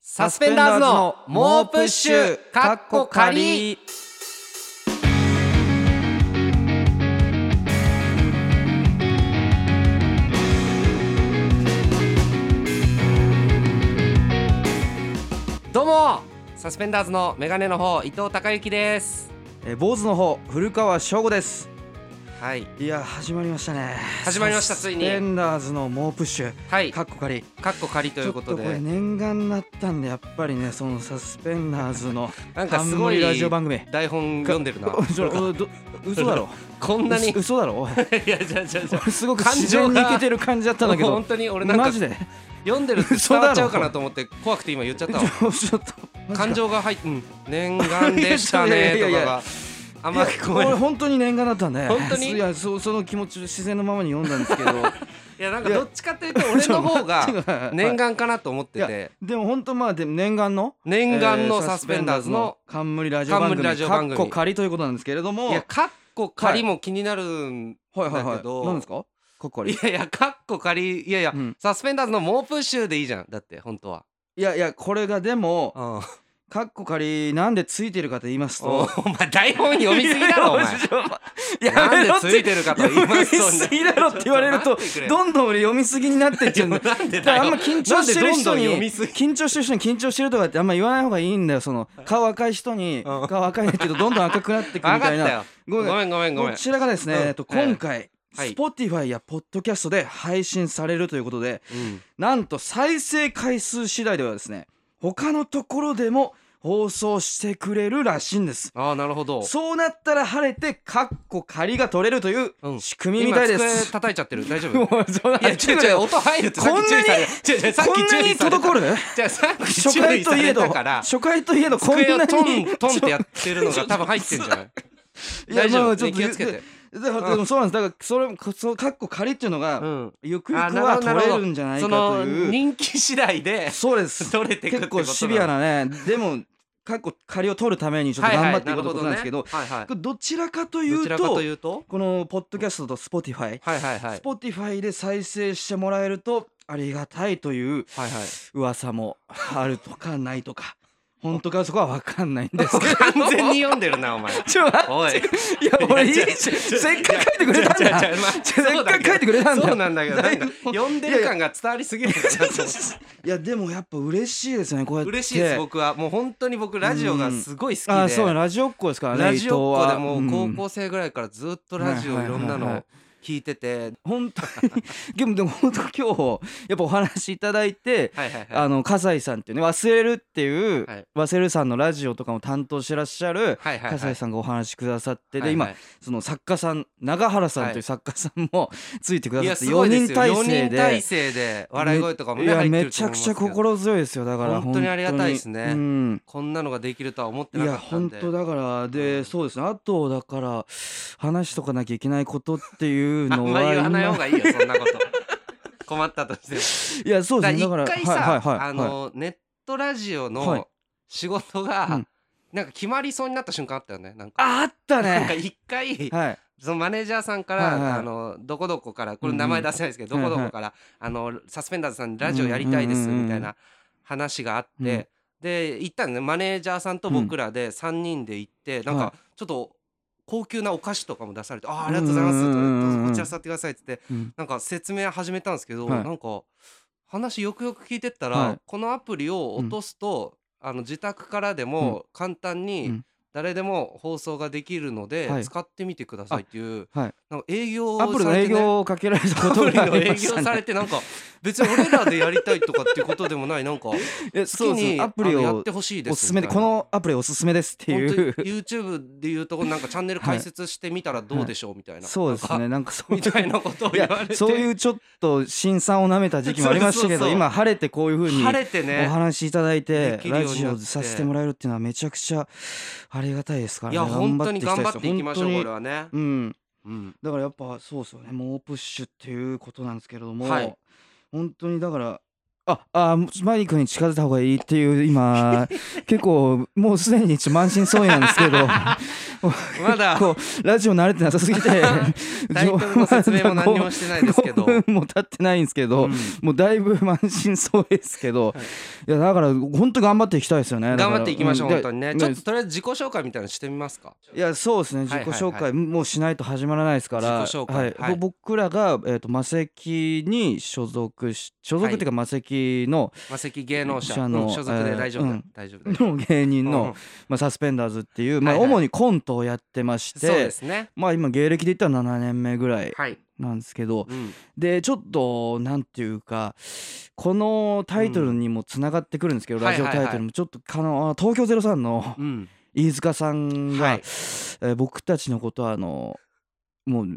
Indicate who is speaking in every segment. Speaker 1: サスペンダーズの猛プッシュかっこ仮どうもサスペンダーズのメガネの方伊藤孝之です
Speaker 2: えー坊主の方古川翔吾です
Speaker 1: はい
Speaker 2: いや始まりましたね
Speaker 1: 始まりました
Speaker 2: サ
Speaker 1: ついに
Speaker 2: スペンダーズの猛プッシュ
Speaker 1: はい
Speaker 2: か
Speaker 1: か
Speaker 2: っこかり
Speaker 1: っこ仮ということで
Speaker 2: ちょっとこれ念願になったんでやっぱりねそのサスペンダーズの
Speaker 1: なんかすごい
Speaker 2: 冠ラジオ番組
Speaker 1: 台本読ん でるな
Speaker 2: おちょおど嘘だろ
Speaker 1: こんなにい
Speaker 2: 嘘嘘だろおい
Speaker 1: やじゃあじゃあじゃあ
Speaker 2: 俺すごく
Speaker 1: 感
Speaker 2: 自
Speaker 1: 情
Speaker 2: 然
Speaker 1: が
Speaker 2: にいけてる感じだったんだけど
Speaker 1: 本当に俺なんか
Speaker 2: マジで
Speaker 1: 読んでるって伝わっちゃうかなと思って怖くて今言っちゃったわ
Speaker 2: ちょちょっとマジか
Speaker 1: 感情が入って、うん、念願で したねと
Speaker 2: いやいやいや
Speaker 1: か
Speaker 2: い
Speaker 1: が
Speaker 2: や
Speaker 1: あん
Speaker 2: い
Speaker 1: ま
Speaker 2: や
Speaker 1: りこう
Speaker 2: 俺本当に念願だったんで
Speaker 1: 本当に
Speaker 2: いやそその気持ちを自然のままに読んだんですけど
Speaker 1: いやなんかどっちかっていうと俺の方 が念願かなと思っ
Speaker 2: い
Speaker 1: て
Speaker 2: や
Speaker 1: て
Speaker 2: でも本当まあでも念願の
Speaker 1: 念願のサスペンダーズの
Speaker 2: えーサスペンダーズ冠ラジオ番組
Speaker 1: 冠ラジオ番組
Speaker 2: かっこ仮ということなんですけれども
Speaker 1: いやカッコ仮も気になるん
Speaker 2: はいはい
Speaker 1: だ
Speaker 2: は
Speaker 1: け
Speaker 2: い
Speaker 1: ど
Speaker 2: 何ですかかっこ
Speaker 1: い
Speaker 2: 仮
Speaker 1: やいやカッコ仮いやいや
Speaker 2: うん
Speaker 1: サスペンダーズの猛プッシュでいいじゃんだって本当はい
Speaker 2: やいやこれがでも
Speaker 1: お
Speaker 2: かっこ仮なんでついてるかと言いますと
Speaker 1: 前台本読みすぎだろお 前
Speaker 2: や
Speaker 1: な
Speaker 2: め
Speaker 1: んで
Speaker 2: ろっ
Speaker 1: つ
Speaker 2: て
Speaker 1: いてるかと言いま
Speaker 2: 読み
Speaker 1: すと
Speaker 2: すぎだろって言われると
Speaker 1: ちょっ待ってくれ
Speaker 2: どんどん俺読みすぎになってっちゃうんだよ
Speaker 1: なんで
Speaker 2: だ
Speaker 1: だ
Speaker 2: から
Speaker 1: よ
Speaker 2: あんま緊張して
Speaker 1: な
Speaker 2: る人に
Speaker 1: んでどんどん読みすぎ
Speaker 2: 緊張してる人に緊張してるとかってあんま言わない方がいいんだよその顔赤い人に
Speaker 1: うん
Speaker 2: 顔赤いねって言うとどんどん赤くなって
Speaker 1: 分
Speaker 2: く
Speaker 1: か
Speaker 2: み
Speaker 1: った
Speaker 2: いな
Speaker 1: よごめんごめんごめん
Speaker 2: こちらがですね、
Speaker 1: うん
Speaker 2: えっと今回、
Speaker 1: はい
Speaker 2: Spotify や Podcast で配信されるということで
Speaker 1: うん
Speaker 2: なんと再生回数次第ではですね他のところでも放送してくれるらしいんです
Speaker 1: ああなるほど
Speaker 2: そうなったら晴れてカッコ仮が取れるという
Speaker 1: うん
Speaker 2: 仕組みみたいで
Speaker 1: 今机
Speaker 2: す、
Speaker 1: 叩いちゃってる大丈夫
Speaker 2: もうそうなっ
Speaker 1: いや、違
Speaker 2: て
Speaker 1: う
Speaker 2: く
Speaker 1: 違
Speaker 2: る
Speaker 1: う、
Speaker 2: よ
Speaker 1: 音入るってさっき注意された。違う違う、さっ
Speaker 2: こん
Speaker 1: き
Speaker 2: な
Speaker 1: 注
Speaker 2: に
Speaker 1: 意された。
Speaker 2: 滞る
Speaker 1: じゃあさっき
Speaker 2: 初
Speaker 1: 注
Speaker 2: 回
Speaker 1: 意さ
Speaker 2: といえ
Speaker 1: れ
Speaker 2: ど
Speaker 1: たから、
Speaker 2: 初回とい えどこん
Speaker 1: 机
Speaker 2: な
Speaker 1: を
Speaker 2: に
Speaker 1: トントンってやって るのが多分入ってんじゃない
Speaker 2: いや
Speaker 1: 大丈
Speaker 2: ま
Speaker 1: 夫
Speaker 2: あちょっと
Speaker 1: 気をつけて。
Speaker 2: だからでもそうなんですだからそれそのカッコ仮っていうのが、
Speaker 1: ん。
Speaker 2: ゆくゆく
Speaker 1: あな
Speaker 2: は
Speaker 1: るほど
Speaker 2: 取れるんじゃない
Speaker 1: そ
Speaker 2: かと
Speaker 1: の
Speaker 2: いう
Speaker 1: 人気次第で
Speaker 2: そうです
Speaker 1: 取れてくって
Speaker 2: 結
Speaker 1: こと
Speaker 2: 構シビアなねでもかっこ仮を取るためにちょっ
Speaker 1: はい
Speaker 2: と
Speaker 1: は
Speaker 2: 頑
Speaker 1: い
Speaker 2: 張っていこうということなんですけど,、
Speaker 1: はいはい。
Speaker 2: どちらかとい
Speaker 1: どち
Speaker 2: う
Speaker 1: ら
Speaker 2: と
Speaker 1: かというと
Speaker 2: このポッドキャストと Spotify、
Speaker 1: はいはいはい。
Speaker 2: Spotify で再生してもらえるとありがたいという
Speaker 1: はいはい。
Speaker 2: 噂もあるとかないとか本当かそこは分かんないん ですけど
Speaker 1: 完全に読んでるな、お前。
Speaker 2: ちょっと
Speaker 1: おい。
Speaker 2: いや俺いい
Speaker 1: いや
Speaker 2: せっかく書いてくれたんだ
Speaker 1: 違う違う違うまあ
Speaker 2: せ
Speaker 1: そ
Speaker 2: っ
Speaker 1: うだ
Speaker 2: か
Speaker 1: け
Speaker 2: く
Speaker 1: ど
Speaker 2: 書いてくれたんだ
Speaker 1: そうなんだけど、 なんか
Speaker 2: いやいや
Speaker 1: 読んでる感が伝わりすぎ るかなと思って
Speaker 2: いやでもやっぱ嬉しいですねこうやって
Speaker 1: 嬉しいです僕はもう本当に僕ラジオがすごい好きで、
Speaker 2: あそうラジオっ子ですからね
Speaker 1: ラジオっ子でも
Speaker 2: 伊
Speaker 1: う
Speaker 2: 藤は
Speaker 1: 高校生ぐらいからずっとラジオいろんな
Speaker 2: はいはいはいは
Speaker 1: の
Speaker 2: い
Speaker 1: 聞いてて
Speaker 2: うん本当にでもでも本当今日やっぱお話しいただいて
Speaker 1: はいはいはい
Speaker 2: あの笠井さんっていうね忘れるっていう
Speaker 1: はい
Speaker 2: 忘れるさんのラジオとかも担当してらっしゃる
Speaker 1: はいはいはい
Speaker 2: 笠井さんがお話しくださっ
Speaker 1: は
Speaker 2: て
Speaker 1: いは
Speaker 2: で
Speaker 1: い
Speaker 2: 今その作家さん永原さんと
Speaker 1: はいいう
Speaker 2: 作家さんもついてくだ
Speaker 1: い
Speaker 2: さ
Speaker 1: や
Speaker 2: って
Speaker 1: すごいで
Speaker 2: 4
Speaker 1: す
Speaker 2: 人
Speaker 1: よ4
Speaker 2: 体制
Speaker 1: 人体
Speaker 2: で
Speaker 1: 制で笑い声とかも
Speaker 2: い
Speaker 1: ね
Speaker 2: や
Speaker 1: 入って
Speaker 2: め
Speaker 1: る
Speaker 2: ち
Speaker 1: と
Speaker 2: ゃ
Speaker 1: 思い
Speaker 2: く
Speaker 1: ます
Speaker 2: ち
Speaker 1: け
Speaker 2: ゃ
Speaker 1: ど
Speaker 2: 心強いですよだから
Speaker 1: 本当にありがたいですね
Speaker 2: うん
Speaker 1: こんなのができるとは思って
Speaker 2: い
Speaker 1: なか
Speaker 2: や
Speaker 1: ったん
Speaker 2: 本
Speaker 1: で
Speaker 2: 当だから
Speaker 1: うん
Speaker 2: でそうですねあとだから話しとかなきゃいけないことっていう
Speaker 1: あん
Speaker 2: の
Speaker 1: まり
Speaker 2: は
Speaker 1: 言わない方
Speaker 2: 今
Speaker 1: がいいよそんなこと困ったとしても
Speaker 2: いやそうですね
Speaker 1: だか
Speaker 2: だからら
Speaker 1: 一回
Speaker 2: はい
Speaker 1: さ
Speaker 2: はいはい
Speaker 1: あのネットラジオ
Speaker 2: はい
Speaker 1: の仕事
Speaker 2: う
Speaker 1: が
Speaker 2: ん
Speaker 1: なんか決まりそうになった瞬間あったよねなんか
Speaker 2: ああった
Speaker 1: なんか
Speaker 2: ね
Speaker 1: 一回
Speaker 2: はい
Speaker 1: そのマネージャーさんから、
Speaker 2: はいはい
Speaker 1: あのどこどこからこれ名前出せないですけど、
Speaker 2: うんうん
Speaker 1: どこどこから、あのサスペンダーズさんにラジオやりたいです
Speaker 2: うんうんうんうん
Speaker 1: みたいな話があって、
Speaker 2: うん
Speaker 1: で行ったんねマネージャーさんと僕らで3人で行って、なん
Speaker 2: は
Speaker 1: かちょっと高級なお菓子とかも出されて「あーありがとうございます」
Speaker 2: うんうんうんうん
Speaker 1: どうぞこちら座ってください」っつって
Speaker 2: うん
Speaker 1: なんか説明始めたんですけど、
Speaker 2: はい
Speaker 1: なんか話よくよく聞いてったら、
Speaker 2: はい
Speaker 1: このアプリを落とすと、あの自宅からでも簡単
Speaker 2: う
Speaker 1: に
Speaker 2: ん
Speaker 1: 誰でも放送ができるので、
Speaker 2: はい
Speaker 1: 使ってみてくださいっていう、
Speaker 2: あはい
Speaker 1: なんか営業
Speaker 2: アップルの
Speaker 1: され
Speaker 2: 営
Speaker 1: てね
Speaker 2: 業をかけられた
Speaker 1: アプ
Speaker 2: こと
Speaker 1: リ
Speaker 2: があ
Speaker 1: の
Speaker 2: り
Speaker 1: 営
Speaker 2: まし
Speaker 1: 業
Speaker 2: た
Speaker 1: され
Speaker 2: ね
Speaker 1: てなんか別に俺らでやりたいとかっていうことでもないなんか好
Speaker 2: いや そ
Speaker 1: き
Speaker 2: うです
Speaker 1: に
Speaker 2: ねアプリ
Speaker 1: あのや
Speaker 2: を
Speaker 1: ってほしいです
Speaker 2: おすすめで
Speaker 1: みた
Speaker 2: こ
Speaker 1: いな
Speaker 2: のアプリおすすめですってい
Speaker 1: 本当
Speaker 2: う
Speaker 1: に YouTube でいうとこなんかチャンネル開設してみたらどうでしょうみたいな、
Speaker 2: そうです
Speaker 1: なんか
Speaker 2: ねなんかそう
Speaker 1: みたいなことを
Speaker 2: い
Speaker 1: 言わ
Speaker 2: や
Speaker 1: れて
Speaker 2: そういうちょっと辛酸をなめた時期もありましたけ
Speaker 1: そうそう
Speaker 2: ど
Speaker 1: そう
Speaker 2: 今晴れてこういうふうに
Speaker 1: 晴れてね
Speaker 2: お話しいただい
Speaker 1: で
Speaker 2: て
Speaker 1: きるよう
Speaker 2: ラ
Speaker 1: になって
Speaker 2: ジオさせてもらえるっていうのはめちゃくちゃありがたいですから
Speaker 1: い
Speaker 2: ね
Speaker 1: や本当に頑張っていきましょうこれ
Speaker 2: は
Speaker 1: はね、
Speaker 2: うん
Speaker 1: うん、
Speaker 2: だからやっぱそうですよね猛プッシュっていうことなんですけれども、
Speaker 1: はい
Speaker 2: 本当にだからああマイクに近づ いた方がいいっていう今結構もうすでに一応満身創痍なんですけど
Speaker 1: まだ
Speaker 2: こうラジオ慣れてなさすぎて
Speaker 1: タイトルの説明も何にもしてないですけど、
Speaker 2: 5分も経ってないんですけど、
Speaker 1: うん
Speaker 2: もうだいぶ満身創痍ですけど、い、やだから本当頑張っていきたいですよねだから
Speaker 1: 頑張っていきましょう、
Speaker 2: ん
Speaker 1: 本当にね
Speaker 2: で
Speaker 1: ちょっととりあえず自己紹介みたいなのしてみますか
Speaker 2: いやそうですね自己紹
Speaker 1: はい
Speaker 2: 介、
Speaker 1: はいはい
Speaker 2: もうしないと始まらないですから
Speaker 1: 自己紹介
Speaker 2: はい
Speaker 1: はい
Speaker 2: ぼ僕らが、えー、と魔石に所属し所属っていうか魔石の,、
Speaker 1: 魔石芸能者
Speaker 2: 社の
Speaker 1: うん所属
Speaker 2: え
Speaker 1: で
Speaker 2: ー
Speaker 1: 大丈夫だ
Speaker 2: うん
Speaker 1: 大丈夫だ
Speaker 2: の芸人の、
Speaker 1: うん
Speaker 2: まあ、サスペンダーズっていう、まあ、
Speaker 1: はいはい
Speaker 2: 主にコントをやってまして、
Speaker 1: そうですね
Speaker 2: まあ今芸歴で言ったら7年目ぐらい
Speaker 1: はい、
Speaker 2: なんですけど
Speaker 1: うん、
Speaker 2: でちょっとなんていうかこのタイトルにもつながってくるんですけど、
Speaker 1: うん
Speaker 2: ラジオタイトルもちょっとかのあ東京03の
Speaker 1: うん、
Speaker 2: 飯塚さんが、
Speaker 1: はい
Speaker 2: えー僕たちのことはあのもう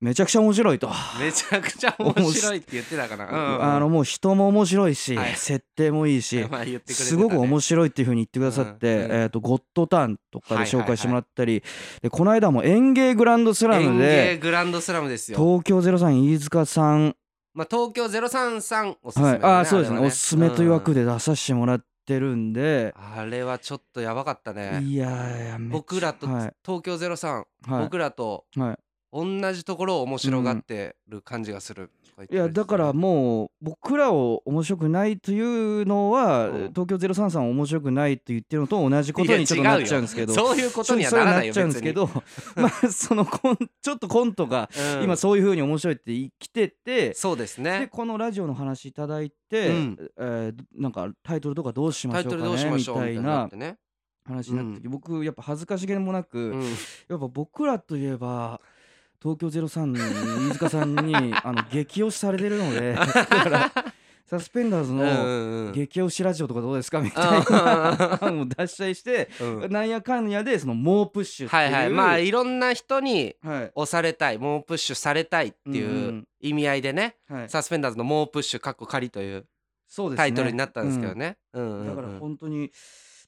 Speaker 2: めちゃくちゃ面白いと。
Speaker 1: めちゃくちゃ面白いって言ってたかな、うんうん、
Speaker 2: あのもう人も面白いし、
Speaker 1: はい
Speaker 2: 設定もいいし、
Speaker 1: まあ言ってくれてたね
Speaker 2: すごく面白いっていう風に言ってくださって、
Speaker 1: うんうん
Speaker 2: えー、とゴッドタンとかで紹介してもらったり、でこの間も園芸グランドスラム
Speaker 1: 園芸
Speaker 2: で
Speaker 1: グランドスラムですよ、
Speaker 2: 東京03飯塚さん、
Speaker 1: まあ、東京033おすすめ
Speaker 2: は
Speaker 1: だ
Speaker 2: い
Speaker 1: ね、
Speaker 2: あーそうですね
Speaker 1: れは
Speaker 2: おすすめという枠
Speaker 1: ん
Speaker 2: で出させてもらってるんで、
Speaker 1: あれはちょっとやばかったね
Speaker 2: いやーやめ
Speaker 1: 僕らと、
Speaker 2: はい
Speaker 1: 東京03、
Speaker 2: はい
Speaker 1: 僕らと
Speaker 2: は
Speaker 1: 同じところを面白がってる感じがする、
Speaker 2: い、いやだからもう僕らを面白くないというのは、
Speaker 1: うん
Speaker 2: 東京03さんを面白くないと言ってるのと同じことにちょっとなっちゃうんですけど
Speaker 1: いや違うよそういうことには
Speaker 2: そう
Speaker 1: なら
Speaker 2: そう
Speaker 1: ないよ
Speaker 2: っちゃうんですけど まあそのコンちょっとコントが
Speaker 1: 別にうん
Speaker 2: 今そういう風に面白いって生きてて、
Speaker 1: そうです
Speaker 2: で
Speaker 1: ね
Speaker 2: このラジオの話いただいて、
Speaker 1: うん
Speaker 2: えーなんかタイトルとかどうしま
Speaker 1: タ
Speaker 2: し
Speaker 1: イ
Speaker 2: ょう
Speaker 1: トル
Speaker 2: か
Speaker 1: どうし
Speaker 2: ね
Speaker 1: ま
Speaker 2: み
Speaker 1: しょうみ
Speaker 2: た
Speaker 1: たい
Speaker 2: い
Speaker 1: になっ
Speaker 2: な
Speaker 1: てね、
Speaker 2: 話になった時、僕やっぱ恥ずかしげもなく、
Speaker 1: うん、
Speaker 2: やっぱ僕らといえば東京03の飯塚さん にあの激推しされてるのでだからサスペンダーズ
Speaker 1: うん
Speaker 2: の
Speaker 1: うんうん
Speaker 2: 激推しラジオとかどうですかみたい
Speaker 1: あ
Speaker 2: な案を出したりして
Speaker 1: うん
Speaker 2: なんやかんやでその猛プッシュって
Speaker 1: はいいうはいまあいろんな人に
Speaker 2: はい
Speaker 1: 押されたい猛プッシュされたいって
Speaker 2: ん
Speaker 1: いううん意味合いでね、
Speaker 2: はい
Speaker 1: サスペンダーズの猛プッシュかっこ仮という
Speaker 2: そうですね
Speaker 1: タイトルになったんですけどね、うん
Speaker 2: う
Speaker 1: うんんう
Speaker 2: だ
Speaker 1: ん
Speaker 2: から本当に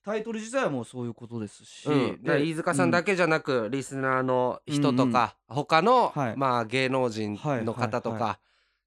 Speaker 2: タイトル自体はもうそういうことですし
Speaker 1: うん、だから
Speaker 2: で
Speaker 1: 飯塚さんだけじゃなく、リスナーの人とか、他の、
Speaker 2: はい
Speaker 1: まあ、芸能人
Speaker 2: はい
Speaker 1: の方とか、
Speaker 2: はいは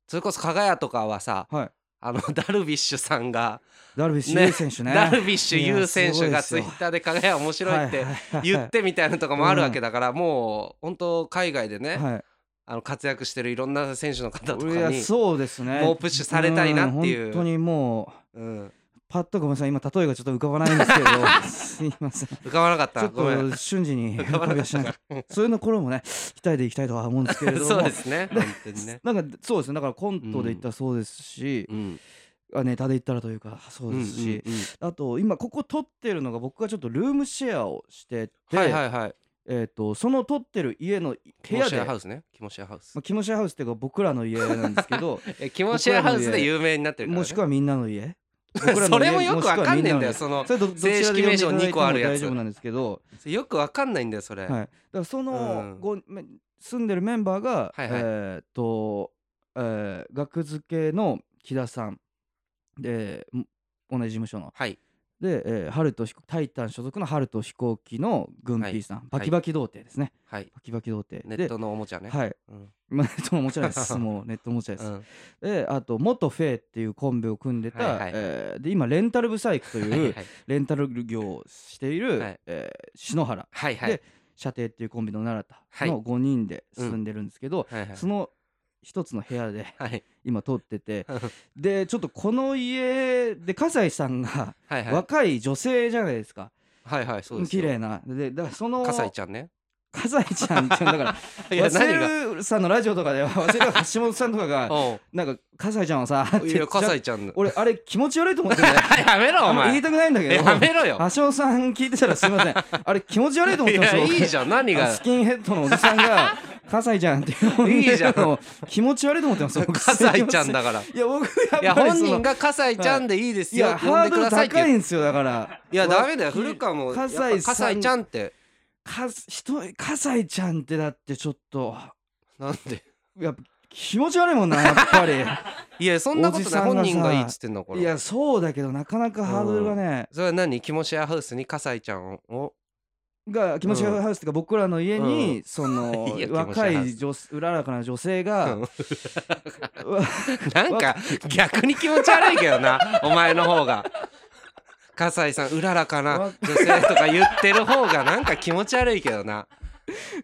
Speaker 1: それこそ加賀谷とかはさ
Speaker 2: はい
Speaker 1: あの ダルビッシュさんが、
Speaker 2: ダルビッシュ
Speaker 1: ね
Speaker 2: 有選手ね
Speaker 1: ダルビッシュ
Speaker 2: いや
Speaker 1: 有選手が
Speaker 2: す
Speaker 1: ツ
Speaker 2: ご
Speaker 1: イ
Speaker 2: いですよ
Speaker 1: ッターで加賀谷面白いって
Speaker 2: はは
Speaker 1: 言ってみたいなのとかもあるわけだから、もう本当海外でね、
Speaker 2: はいはい
Speaker 1: あの活躍してるいろんな選手の方とか
Speaker 2: いや
Speaker 1: に、
Speaker 2: そうですね
Speaker 1: 猛プッシュされたいなっていうん
Speaker 2: 本当にもう
Speaker 1: うん、
Speaker 2: パッとごめんなさい今例えがちょっと浮かばないんですけどす いませんち
Speaker 1: 浮かばなかっ
Speaker 2: ょ
Speaker 1: た
Speaker 2: っ
Speaker 1: ごめん
Speaker 2: と瞬時 に
Speaker 1: 浮かばなか
Speaker 2: が
Speaker 1: っ
Speaker 2: しなかったたそういうの頃もね鍛えていきたいとは思うんですけれ ども
Speaker 1: そうですね本当にね、
Speaker 2: なんかそうですねだからコントで言ったらそうですし
Speaker 1: う、ん、
Speaker 2: あネタで言ったらというかそうですし、
Speaker 1: うんうん
Speaker 2: あと今ここ撮ってるのが僕がちょっとルームシェアをし
Speaker 1: う
Speaker 2: て
Speaker 1: ん
Speaker 2: て、
Speaker 1: はいはいはい
Speaker 2: えー、とその撮ってる家の
Speaker 1: キモ
Speaker 2: 部屋
Speaker 1: シ
Speaker 2: で
Speaker 1: ェアハウスねキモシェアハウス
Speaker 2: まあ、キモシェアハウスっていうか僕らの家なんですけ ど
Speaker 1: えキモシェアハウスで有名になってるから、ね、
Speaker 2: もしくはみんなの家
Speaker 1: それもよくわかんねえんだよ
Speaker 2: もし
Speaker 1: その
Speaker 2: くはみなの家それどどちらで呼んでい
Speaker 1: 正式
Speaker 2: ただいても
Speaker 1: 名称2個あるやつ
Speaker 2: 大丈夫なんですけど、
Speaker 1: よくわかんないんだよそれ、
Speaker 2: はい、だからそうの
Speaker 1: ん、
Speaker 2: ごめ住んでるメンバー
Speaker 1: は
Speaker 2: が、
Speaker 1: いはい
Speaker 2: えーっと、えー、学付けの木田さんでも同じ事務所の
Speaker 1: はい
Speaker 2: で、えー、春と飛行タイタン所属の春と飛行機の軍ピーさん、バキバキ童貞ですね、
Speaker 1: はい
Speaker 2: バキバキ童貞
Speaker 1: ネ
Speaker 2: で
Speaker 1: ットのおもちゃね、
Speaker 2: はい
Speaker 1: うん
Speaker 2: まあネットのもちろんですもうネットのもちろ ん
Speaker 1: う
Speaker 2: です、
Speaker 1: ん
Speaker 2: であと元フェイっていうコンビを組んでた、
Speaker 1: はいはい
Speaker 2: えーで今レンタルブサイクと
Speaker 1: はいいうはい
Speaker 2: レンタル業をしている、
Speaker 1: はい
Speaker 2: えー篠原
Speaker 1: はいはい
Speaker 2: で射程っていうコンビの奈良田
Speaker 1: は
Speaker 2: の5人で住んでるんですけど、
Speaker 1: はいはい
Speaker 2: その一つの部屋で
Speaker 1: はい
Speaker 2: 今撮ってて
Speaker 1: はい
Speaker 2: でちょっとこの家で笠井さんが
Speaker 1: はいはい
Speaker 2: 若い女性じゃないですか、
Speaker 1: はいはいそうです
Speaker 2: 綺
Speaker 1: よ
Speaker 2: 麗なでだからその
Speaker 1: 笠井ちゃんね
Speaker 2: 笠井ちゃんっていうだから
Speaker 1: いや
Speaker 2: 忘
Speaker 1: 何が
Speaker 2: れるさんのラジオと かでは忘れる橋本さんとかが
Speaker 1: お
Speaker 2: なんか笠井ちゃんはさって
Speaker 1: う
Speaker 2: 言
Speaker 1: い
Speaker 2: っちゃ
Speaker 1: や笠井ちゃんの
Speaker 2: 俺あれ気持ち悪いと思ってね
Speaker 1: やめ ろお
Speaker 2: あんま言
Speaker 1: 前
Speaker 2: いたくないんだけど
Speaker 1: やめろよ
Speaker 2: 橋本さん聞いてたらすいませんあれ気持ち悪いと思
Speaker 1: い
Speaker 2: ってます
Speaker 1: や
Speaker 2: よ
Speaker 1: いいじゃん何
Speaker 2: あ
Speaker 1: が
Speaker 2: スキンヘッドのおじさんが 「笠井ちゃん」って呼んで
Speaker 1: いいじゃん
Speaker 2: るの気持ち悪いと思って ますよ僕
Speaker 1: 笠井ちゃんだから
Speaker 2: いや僕
Speaker 1: い
Speaker 2: や
Speaker 1: や
Speaker 2: っぱり
Speaker 1: 本
Speaker 2: その
Speaker 1: 人が笠井ちゃんでいいです
Speaker 2: い
Speaker 1: よ
Speaker 2: や
Speaker 1: 呼ん
Speaker 2: ハ
Speaker 1: で
Speaker 2: ード
Speaker 1: く
Speaker 2: ル
Speaker 1: ださいって言
Speaker 2: 高
Speaker 1: う
Speaker 2: いんですよだから
Speaker 1: いやダメだよ古川もやっぱ
Speaker 2: 笠井さん
Speaker 1: 笠井ちゃんって
Speaker 2: か人笠井ちゃんってだってちょっと
Speaker 1: なんで
Speaker 2: やっぱ気持ち悪いもんなやっぱ り
Speaker 1: いやそんなことない
Speaker 2: おじさんが
Speaker 1: 本
Speaker 2: さ
Speaker 1: 人がいいっつってんだから
Speaker 2: いやそうだけどなかなかハードルがね、
Speaker 1: それは何キモシェアハウスに笠井ちゃんを
Speaker 2: が気持ち悪いハウスとか僕らの家に、
Speaker 1: う
Speaker 2: そ の
Speaker 1: いや気持ち悪いハウス
Speaker 2: 若い女うららかな女性が、
Speaker 1: うん なんか逆に気持ち悪いけどなお前の方が笠井さんうららかな
Speaker 2: わ
Speaker 1: 女性とか言ってる方がなんか気持ち悪いけどな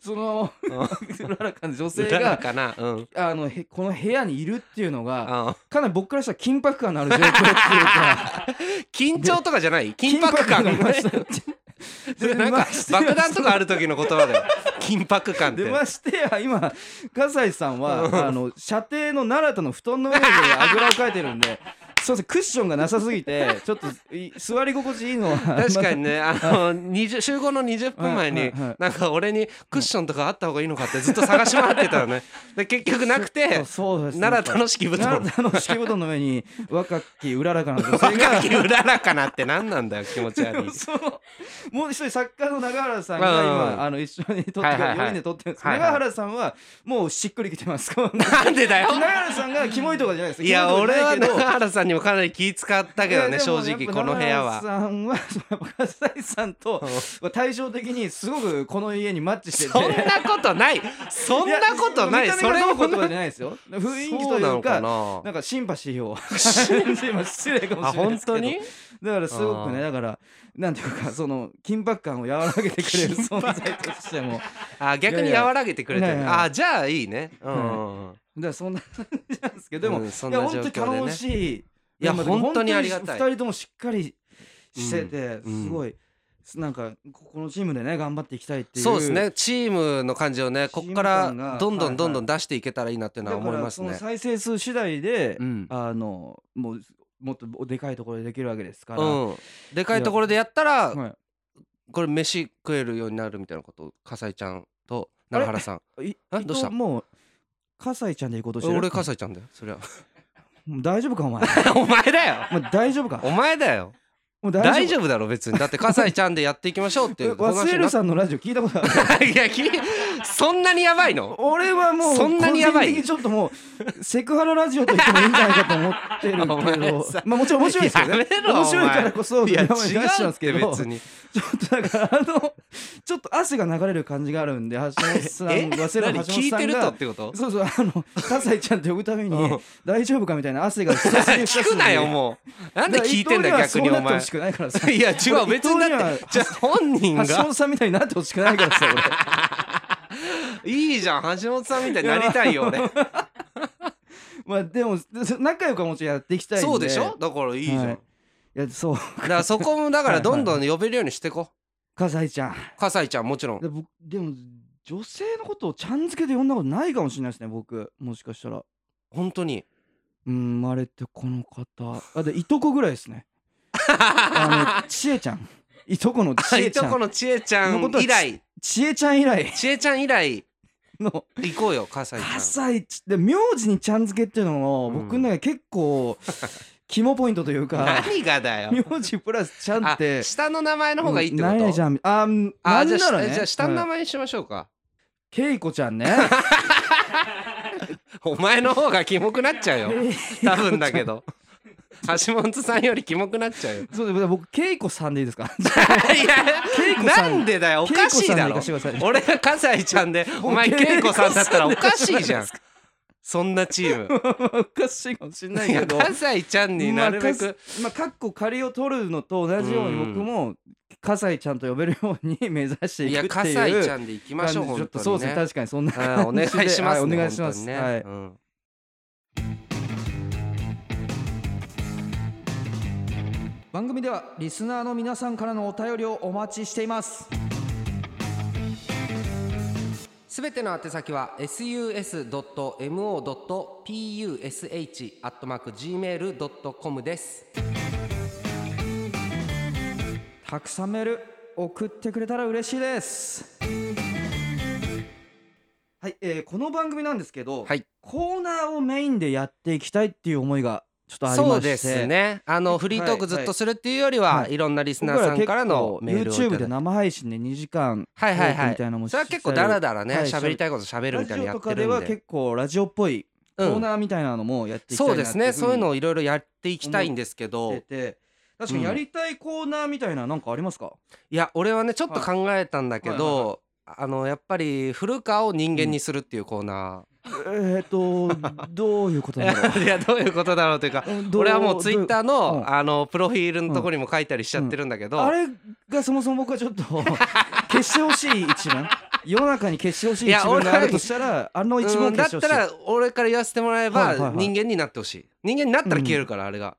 Speaker 2: その
Speaker 1: うん
Speaker 2: うららかな女性
Speaker 1: うらら
Speaker 2: が
Speaker 1: かなうん
Speaker 2: あのへこの部屋にいるっていうのが
Speaker 1: あ
Speaker 2: かなり僕からしたら緊迫感のある状況っていうか
Speaker 1: 緊張とかじゃない緊迫感
Speaker 2: 緊迫感が
Speaker 1: そ れなんか爆弾とかある時の言葉だよ緊迫感って
Speaker 2: でましてや今笠井さん
Speaker 1: うん
Speaker 2: はあの射程の奈良田の布団の上であぐらをかいてるんでそうですねクッションがなさすぎてちょっとい座り心地いいのは
Speaker 1: 確か
Speaker 2: ま
Speaker 1: にねあの20集合の20分前
Speaker 2: は
Speaker 1: に
Speaker 2: いはいはい
Speaker 1: なんか俺にクッションとかあった方がいいのかってずっと探し回ってたの ねで結局なくて
Speaker 2: あそうですね
Speaker 1: 奈良田の敷布団
Speaker 2: 奈良田の敷布団の上に若きうららかな女性が
Speaker 1: 若きうららかなって何なんだよ気持ち悪い
Speaker 2: そのもう一人作家の永原さん
Speaker 1: う
Speaker 2: が
Speaker 1: んうんうん
Speaker 2: 今あの一緒に撮って
Speaker 1: はいはいはい
Speaker 2: 4人で撮ってるんですけど
Speaker 1: はいはい
Speaker 2: 永原さんはもうしっくりきてますこう
Speaker 1: なんでだよ
Speaker 2: 永原さんがキモいとかじゃないです
Speaker 1: いや俺は
Speaker 2: ね
Speaker 1: 永原さんにもかなり気使ったけどね正直この部屋は
Speaker 2: さんはそのやっぱ笠井さんと対照的にすごくこの家にマッチしてて
Speaker 1: そんなことないそんなことない
Speaker 2: いや
Speaker 1: それも
Speaker 2: 見た目がどうこうとかじゃないですよ雰囲気と
Speaker 1: そう
Speaker 2: い
Speaker 1: な
Speaker 2: う
Speaker 1: の
Speaker 2: か
Speaker 1: か
Speaker 2: な
Speaker 1: なん
Speaker 2: かシンパシーを今失礼かも
Speaker 1: あ
Speaker 2: しれない
Speaker 1: 本
Speaker 2: ですけど
Speaker 1: 当に
Speaker 2: だからすごくね
Speaker 1: あ
Speaker 2: だからなんていうかその緊迫感を和らげてくれる存在とし てもだか
Speaker 1: あ逆に和らげてくれて
Speaker 2: いやい
Speaker 1: る
Speaker 2: や
Speaker 1: あじゃあいいねうん
Speaker 2: らそんな感じなんですけどでも、
Speaker 1: うん
Speaker 2: い
Speaker 1: そん
Speaker 2: や
Speaker 1: な
Speaker 2: 本当
Speaker 1: 状況で
Speaker 2: に頼も
Speaker 1: ね
Speaker 2: しいい
Speaker 1: いや本当にありがたい
Speaker 2: 2人ともしっかりしてて、
Speaker 1: うん
Speaker 2: すごいなんかここのチームでね頑張っていきたいっていう
Speaker 1: そうですねチームの感じをねこっか
Speaker 2: チーム感
Speaker 1: ら
Speaker 2: が
Speaker 1: どんどんどんどん出していけたらいいなっていうのは
Speaker 2: だか
Speaker 1: 思い
Speaker 2: ら
Speaker 1: ます
Speaker 2: その
Speaker 1: ね。
Speaker 2: 再生数次第で、
Speaker 1: うん
Speaker 2: あのもうもっとでかいところでできるわけですから、
Speaker 1: うん、でかいところでやったら
Speaker 2: は
Speaker 1: これ飯食えるようになるみたいなこと笠井ちゃんと永原さん
Speaker 2: い、い
Speaker 1: えどうした
Speaker 2: 伊藤もう笠井ちゃんで行こうとしてる
Speaker 1: 俺笠井ちゃんだよそりゃ
Speaker 2: もう大丈夫かお前
Speaker 1: お前だよ
Speaker 2: もう大丈夫か
Speaker 1: お前だよ
Speaker 2: もう
Speaker 1: 大丈夫だろ別にだって笠井ちゃんでやっていきましょうってい
Speaker 2: え
Speaker 1: う
Speaker 2: 忘れるさんのラジオ聞いたことある
Speaker 1: んいやきそんなにやばいの
Speaker 2: 俺はもう
Speaker 1: そんなにやばい
Speaker 2: 個人的にちょっともうセクハララジオと言ってもいいんじゃないかと思って る
Speaker 1: お
Speaker 2: け
Speaker 1: 前
Speaker 2: ど
Speaker 1: さ
Speaker 2: まあもちろん面白いですよ
Speaker 1: や
Speaker 2: ね
Speaker 1: めろ
Speaker 2: 面白いからこそ
Speaker 1: いや違
Speaker 2: 名前出しちゃうん
Speaker 1: う
Speaker 2: で
Speaker 1: っ
Speaker 2: すけ
Speaker 1: て
Speaker 2: ど
Speaker 1: 別に
Speaker 2: ちょっとだからあのちょっと汗が流れる感じがあるんで橋本さ ん
Speaker 1: え
Speaker 2: 忘れる
Speaker 1: 何
Speaker 2: 橋本
Speaker 1: 聞い
Speaker 2: さ
Speaker 1: て
Speaker 2: ん
Speaker 1: ると
Speaker 2: が
Speaker 1: ってこと
Speaker 2: そうそうあの葛西ちゃんって呼ぶ ために
Speaker 1: うん
Speaker 2: 大丈夫かみたいな汗が
Speaker 1: 聞くなよもうなんで聞いてんだよ逆にお前
Speaker 2: しくないからさ
Speaker 1: いや違う
Speaker 2: 俺
Speaker 1: 別に
Speaker 2: 伊藤
Speaker 1: だっ
Speaker 2: に
Speaker 1: て
Speaker 2: は
Speaker 1: じゃあ本人
Speaker 2: 橋
Speaker 1: が
Speaker 2: 本さんみたいになってほしくないからさ俺
Speaker 1: いいじゃん橋本さんみたいになりたいよ俺
Speaker 2: まあでも仲良くはもちろんやっていきたいん で
Speaker 1: そうでしょだからいいじゃん、
Speaker 2: はいいやそう
Speaker 1: だからそこもだからどんどん呼べるようにしてこ
Speaker 2: 笠井ちゃん
Speaker 1: 笠井ちゃんもちろん
Speaker 2: で僕でも女性のことをちゃん付けで呼んだことないかもしれないですね僕もしかしたら
Speaker 1: 本当に
Speaker 2: うん生まれてこの方あでいとこぐらいですねあ のちえちゃんいとこのちえ
Speaker 1: い
Speaker 2: ちゃ
Speaker 1: とこ
Speaker 2: ん
Speaker 1: のちえちゃ
Speaker 2: のこ
Speaker 1: ん
Speaker 2: とは
Speaker 1: 以来
Speaker 2: ちえちゃん以来
Speaker 1: ちえちゃん以来
Speaker 2: の
Speaker 1: 行こうよ笠井ちゃん
Speaker 2: 葛西ちで名字にちゃん付けっていうのも
Speaker 1: うん
Speaker 2: 僕の中で結構肝ポイントというか
Speaker 1: 何がだよ
Speaker 2: 名字プラスちゃんっ
Speaker 1: あ
Speaker 2: て
Speaker 1: 下の名前の方がいいってこ
Speaker 2: うん
Speaker 1: と、
Speaker 2: 何々ちゃんあーな
Speaker 1: あ
Speaker 2: ん
Speaker 1: じゃ
Speaker 2: な
Speaker 1: あ、
Speaker 2: らね
Speaker 1: じゃあ下の名
Speaker 2: はい
Speaker 1: 前にしましょうか、
Speaker 2: けいこちゃ んね
Speaker 1: お前の方がキモくなっちゃうよ
Speaker 2: けい
Speaker 1: 多分だけど橋本さんよりキモくなっちゃうよ
Speaker 2: そうで僕 けいこさんでいいですか
Speaker 1: い
Speaker 2: 恵
Speaker 1: や
Speaker 2: 子さ
Speaker 1: なんんでだよおかしいだろ
Speaker 2: 恵子さんで行かせてくださ
Speaker 1: 俺が葛西ちゃん でお前
Speaker 2: 僕
Speaker 1: 恵子さんだったらおかしいじゃ
Speaker 2: 恵
Speaker 1: んそんなチーム
Speaker 2: おかしいかもしんない
Speaker 1: い
Speaker 2: け
Speaker 1: や
Speaker 2: ど
Speaker 1: 葛西ちゃんになるべく
Speaker 2: まあ、かっこ仮を取るのと同じように
Speaker 1: うん
Speaker 2: 僕も笠井ちゃんと呼べるように 目指してい
Speaker 1: い
Speaker 2: く
Speaker 1: や
Speaker 2: っていう
Speaker 1: 葛西ちゃんで行きましょう
Speaker 2: 感じちょ
Speaker 1: 本
Speaker 2: っとそう
Speaker 1: 当
Speaker 2: で
Speaker 1: に
Speaker 2: すね
Speaker 1: ね
Speaker 2: 確かにそんな
Speaker 1: はいお願いしますね
Speaker 2: はいお願いしま
Speaker 1: 本
Speaker 2: す
Speaker 1: 当にね
Speaker 2: はい
Speaker 1: うん
Speaker 2: 番組ではリスナーの皆さんからのお便りをお待ちしています
Speaker 1: すべての宛先は sus.mo.push.gmail.com です。
Speaker 2: たくさんメール送ってくれたら嬉しいですはい、えーこの番組なんですけど、
Speaker 1: はい
Speaker 2: コーナーをメインでやっていきたいっていう思いがちょっとありまして
Speaker 1: そうですね。あのフリートークずっとするっていうよりは、
Speaker 2: はい
Speaker 1: い、ろんなリス
Speaker 2: 僕
Speaker 1: ナー
Speaker 2: ら
Speaker 1: さん
Speaker 2: 結
Speaker 1: からの
Speaker 2: 構
Speaker 1: メールをいただい
Speaker 2: YouTube
Speaker 1: て
Speaker 2: で生配信で2時間
Speaker 1: はいはいは
Speaker 2: みたいなのも
Speaker 1: い。それは結構ダラダラね、
Speaker 2: はい
Speaker 1: 喋りたいこと喋るみたいなのや
Speaker 2: ラジオと
Speaker 1: って
Speaker 2: かで
Speaker 1: るん
Speaker 2: は
Speaker 1: で。
Speaker 2: 結構ラジオっぽいコ
Speaker 1: う
Speaker 2: ー
Speaker 1: ん、
Speaker 2: ナーみたいなのもやっていきた
Speaker 1: そ
Speaker 2: いな
Speaker 1: う
Speaker 2: って
Speaker 1: ですね。そういうのをいろいろやっていきたいんですけ
Speaker 2: を
Speaker 1: ど、
Speaker 2: て確かにやりたいコーナーみたいななんかありますか、
Speaker 1: いや俺はねちょっと考えたんだけど、あのやっぱり古川を人間にするっていうコーナ
Speaker 2: えっ とどういうことなんだろ
Speaker 1: ー いやどういうことだろうというか
Speaker 2: う ど
Speaker 1: 俺はもうツイッター
Speaker 2: どう
Speaker 1: の
Speaker 2: うん
Speaker 1: あのプロフィールのとこにも書いたりしちゃってるんだけど
Speaker 2: あれがそもそも僕はちょっと消してほしい一文世の中に消してほしい
Speaker 1: いや
Speaker 2: 一文があるとしたらあの一
Speaker 1: う
Speaker 2: 文を
Speaker 1: ん
Speaker 2: 消
Speaker 1: だ
Speaker 2: し
Speaker 1: ってた
Speaker 2: ほしい、
Speaker 1: ら俺から言わせてもらえ
Speaker 2: はいはいは
Speaker 1: ば
Speaker 2: い
Speaker 1: 人間になってほしい人間になったら消えるからあれが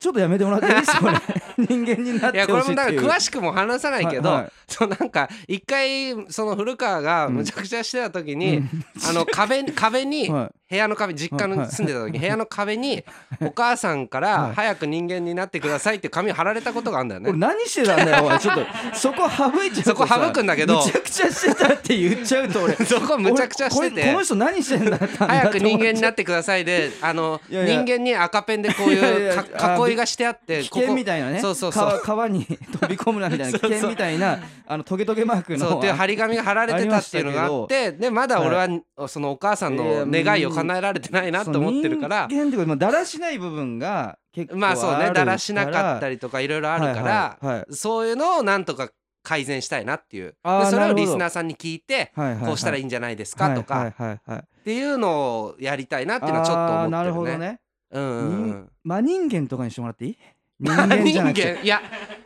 Speaker 2: ちょっとやめてもらっていいですかね 人間になっ
Speaker 1: い
Speaker 2: て
Speaker 1: やこ
Speaker 2: ほ
Speaker 1: れ
Speaker 2: しい
Speaker 1: も
Speaker 2: って
Speaker 1: だから
Speaker 2: いう
Speaker 1: 詳しくも話さないけ
Speaker 2: は
Speaker 1: ど
Speaker 2: いはい
Speaker 1: そうなんか一回その古川がむちゃくちゃしてた時
Speaker 2: う
Speaker 1: に
Speaker 2: ん
Speaker 1: あの壁壁に
Speaker 2: は
Speaker 1: 部屋の壁実家
Speaker 2: はいは
Speaker 1: の
Speaker 2: い
Speaker 1: 住んでた時部屋の壁にお母さんか
Speaker 2: は
Speaker 1: ら
Speaker 2: い
Speaker 1: 早く人間になってくださいっていう紙を貼られたことがあるんだよ
Speaker 2: い、俺
Speaker 1: ね。
Speaker 2: 何してたんだよおいちょっとそこ省いちゃうとさ
Speaker 1: そこ省くんだけど
Speaker 2: むちゃくちゃしてたって言っちゃうと俺
Speaker 1: そこむちゃくちゃして
Speaker 2: 俺これこ
Speaker 1: て
Speaker 2: の人何してんだって
Speaker 1: 早く人間にな
Speaker 2: っ
Speaker 1: っ
Speaker 2: て
Speaker 1: てくださいであの
Speaker 2: いやいや
Speaker 1: 人間に赤ペンでこう
Speaker 2: いやい
Speaker 1: いう
Speaker 2: や
Speaker 1: か
Speaker 2: あ
Speaker 1: 囲いがしてあって
Speaker 2: 危険みたいなね
Speaker 1: そうそうそう
Speaker 2: 川川に飛び込むなみたいな
Speaker 1: そうそう
Speaker 2: 危険みたいなあのトゲトゲマークの
Speaker 1: そうっていう張り紙が貼られてたっていうのがあってでまだ俺はそのお母さんの願いを叶えられてないなと思ってるから
Speaker 2: そう人間っていうかまあだらしない部分が結構
Speaker 1: まあそう
Speaker 2: あ
Speaker 1: ね
Speaker 2: る
Speaker 1: だらしなかった
Speaker 2: り
Speaker 1: りとかいろいろあるから
Speaker 2: はいはい
Speaker 1: そういうのをなんとか改善したいなっていう
Speaker 2: あー
Speaker 1: でそれ
Speaker 2: な
Speaker 1: を
Speaker 2: るほど
Speaker 1: リスナーさんに聞いて
Speaker 2: はいはいはい
Speaker 1: こうしたらいいんじゃないですかと
Speaker 2: は
Speaker 1: か
Speaker 2: いはいはいはい
Speaker 1: っていうのをやりたいなっていうのはちょっと
Speaker 2: あーなる
Speaker 1: 思っ
Speaker 2: ほ
Speaker 1: て
Speaker 2: ど
Speaker 1: るね。
Speaker 2: ね
Speaker 1: うんうんうん
Speaker 2: 真人間とかにしてもらっていい人
Speaker 1: あ
Speaker 2: 間じ
Speaker 1: 人
Speaker 2: ゃな
Speaker 1: 間
Speaker 2: くて
Speaker 1: いや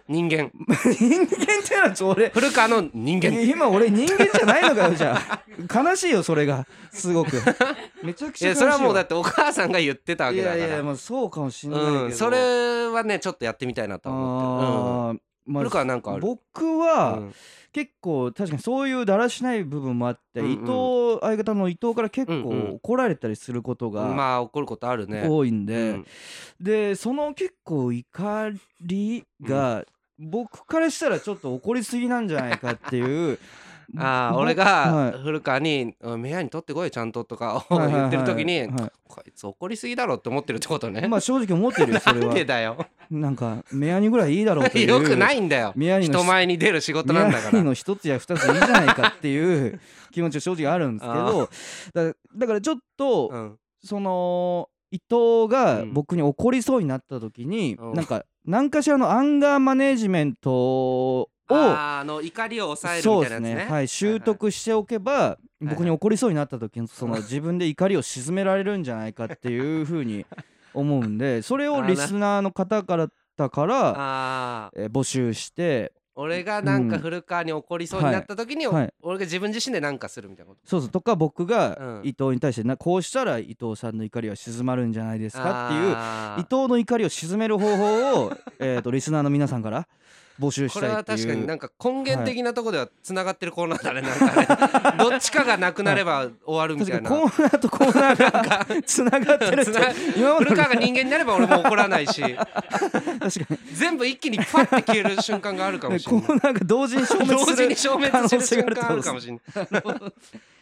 Speaker 1: 人間
Speaker 2: 人間ってのはちょ俺
Speaker 1: 古川の人間
Speaker 2: い今俺人間じゃないのかよじゃあ悲しいよそれがすごくめちゃく
Speaker 1: い
Speaker 2: ちゃ悲しい
Speaker 1: や
Speaker 2: よ
Speaker 1: それはもうだってお母さんが言ってたわ
Speaker 2: い
Speaker 1: けだ
Speaker 2: や
Speaker 1: か
Speaker 2: い
Speaker 1: ら
Speaker 2: やまあそうかもしれないけど、
Speaker 1: うん、それはねちょっとやってみたいなとは思ってる、
Speaker 2: あーま
Speaker 1: 古川なんかある
Speaker 2: 僕
Speaker 1: う
Speaker 2: は
Speaker 1: ん
Speaker 2: 結構確かにそういうだらしない部分もあって、
Speaker 1: うんうん
Speaker 2: 伊藤相方の伊藤から結
Speaker 1: うんうん
Speaker 2: 構怒られたりすることが
Speaker 1: まあ怒ることあるね
Speaker 2: 多いんで、
Speaker 1: うん
Speaker 2: でその結構怒りが僕からしたらちょっと怒りすぎなんじゃないかっ ていう
Speaker 1: ああ
Speaker 2: ぼ
Speaker 1: 俺
Speaker 2: は
Speaker 1: が
Speaker 2: い
Speaker 1: 古川に「目合に取ってこいちゃんと」とかを
Speaker 2: はいは
Speaker 1: 言っ
Speaker 2: いはい
Speaker 1: てる時に
Speaker 2: は
Speaker 1: 「こいつ怒りすぎだろ」って思ってるってことね
Speaker 2: いまあ正直思ってるよそれ
Speaker 1: なん
Speaker 2: は
Speaker 1: でだ よ
Speaker 2: なんか目アニぐらいいいだろうとい う
Speaker 1: よくないんだよ
Speaker 2: 宮城の
Speaker 1: 人前に出る仕事なんだか
Speaker 2: 宮城
Speaker 1: ら
Speaker 2: の一つや二ついいじゃないかっていう気持ちは正直あるんですけどだだからちょっと、
Speaker 1: うん
Speaker 2: その伊藤が
Speaker 1: うん
Speaker 2: 僕に怒りそうになった時に、
Speaker 1: うん
Speaker 2: なんか何かしらのアンガーマネジメントを
Speaker 1: あーあの怒りを抑えるみ
Speaker 2: そう
Speaker 1: た
Speaker 2: で
Speaker 1: い
Speaker 2: す
Speaker 1: なやつね
Speaker 2: ね、はい、習得しておけば、
Speaker 1: い
Speaker 2: 僕に怒りそうになった時にその
Speaker 1: うん
Speaker 2: 自分で怒りを鎮められるんじゃないかっていうふうに思うんでそれ
Speaker 1: あー
Speaker 2: を
Speaker 1: な
Speaker 2: リスナーの方からだから、
Speaker 1: ああ
Speaker 2: えー募集して
Speaker 1: 俺がなんか
Speaker 2: うん
Speaker 1: 古川に怒りそうになった時に、
Speaker 2: はいはい
Speaker 1: 俺が自分自身で何かするみたいなこと
Speaker 2: そうそうとか僕が
Speaker 1: うん
Speaker 2: 伊藤に対してなこうしたら伊藤さんの怒りは鎮まるんじゃないですかっていう
Speaker 1: あー
Speaker 2: 伊藤の怒りを鎮める方法を えーとリスナーの皆さんから募集し
Speaker 1: これ
Speaker 2: たい
Speaker 1: は
Speaker 2: って
Speaker 1: 確か
Speaker 2: い
Speaker 1: に
Speaker 2: う
Speaker 1: なんか根源的なとこではつながってるコーナーだねなんか ねどっちかがなくなれば終わるみ
Speaker 2: 確
Speaker 1: た
Speaker 2: か
Speaker 1: い
Speaker 2: に
Speaker 1: な
Speaker 2: コーナーとコーナー がつながってるって
Speaker 1: つな
Speaker 2: 今まで
Speaker 1: 古
Speaker 2: の
Speaker 1: 川が人間になれば俺も怒らないし
Speaker 2: 確か
Speaker 1: 全部一気にパッて消える瞬間があるかも
Speaker 2: に
Speaker 1: し
Speaker 2: コ
Speaker 1: れない
Speaker 2: ーナーが同時に消滅
Speaker 1: 同
Speaker 2: す
Speaker 1: 時
Speaker 2: る
Speaker 1: に消滅する瞬間あるかもしれない
Speaker 2: い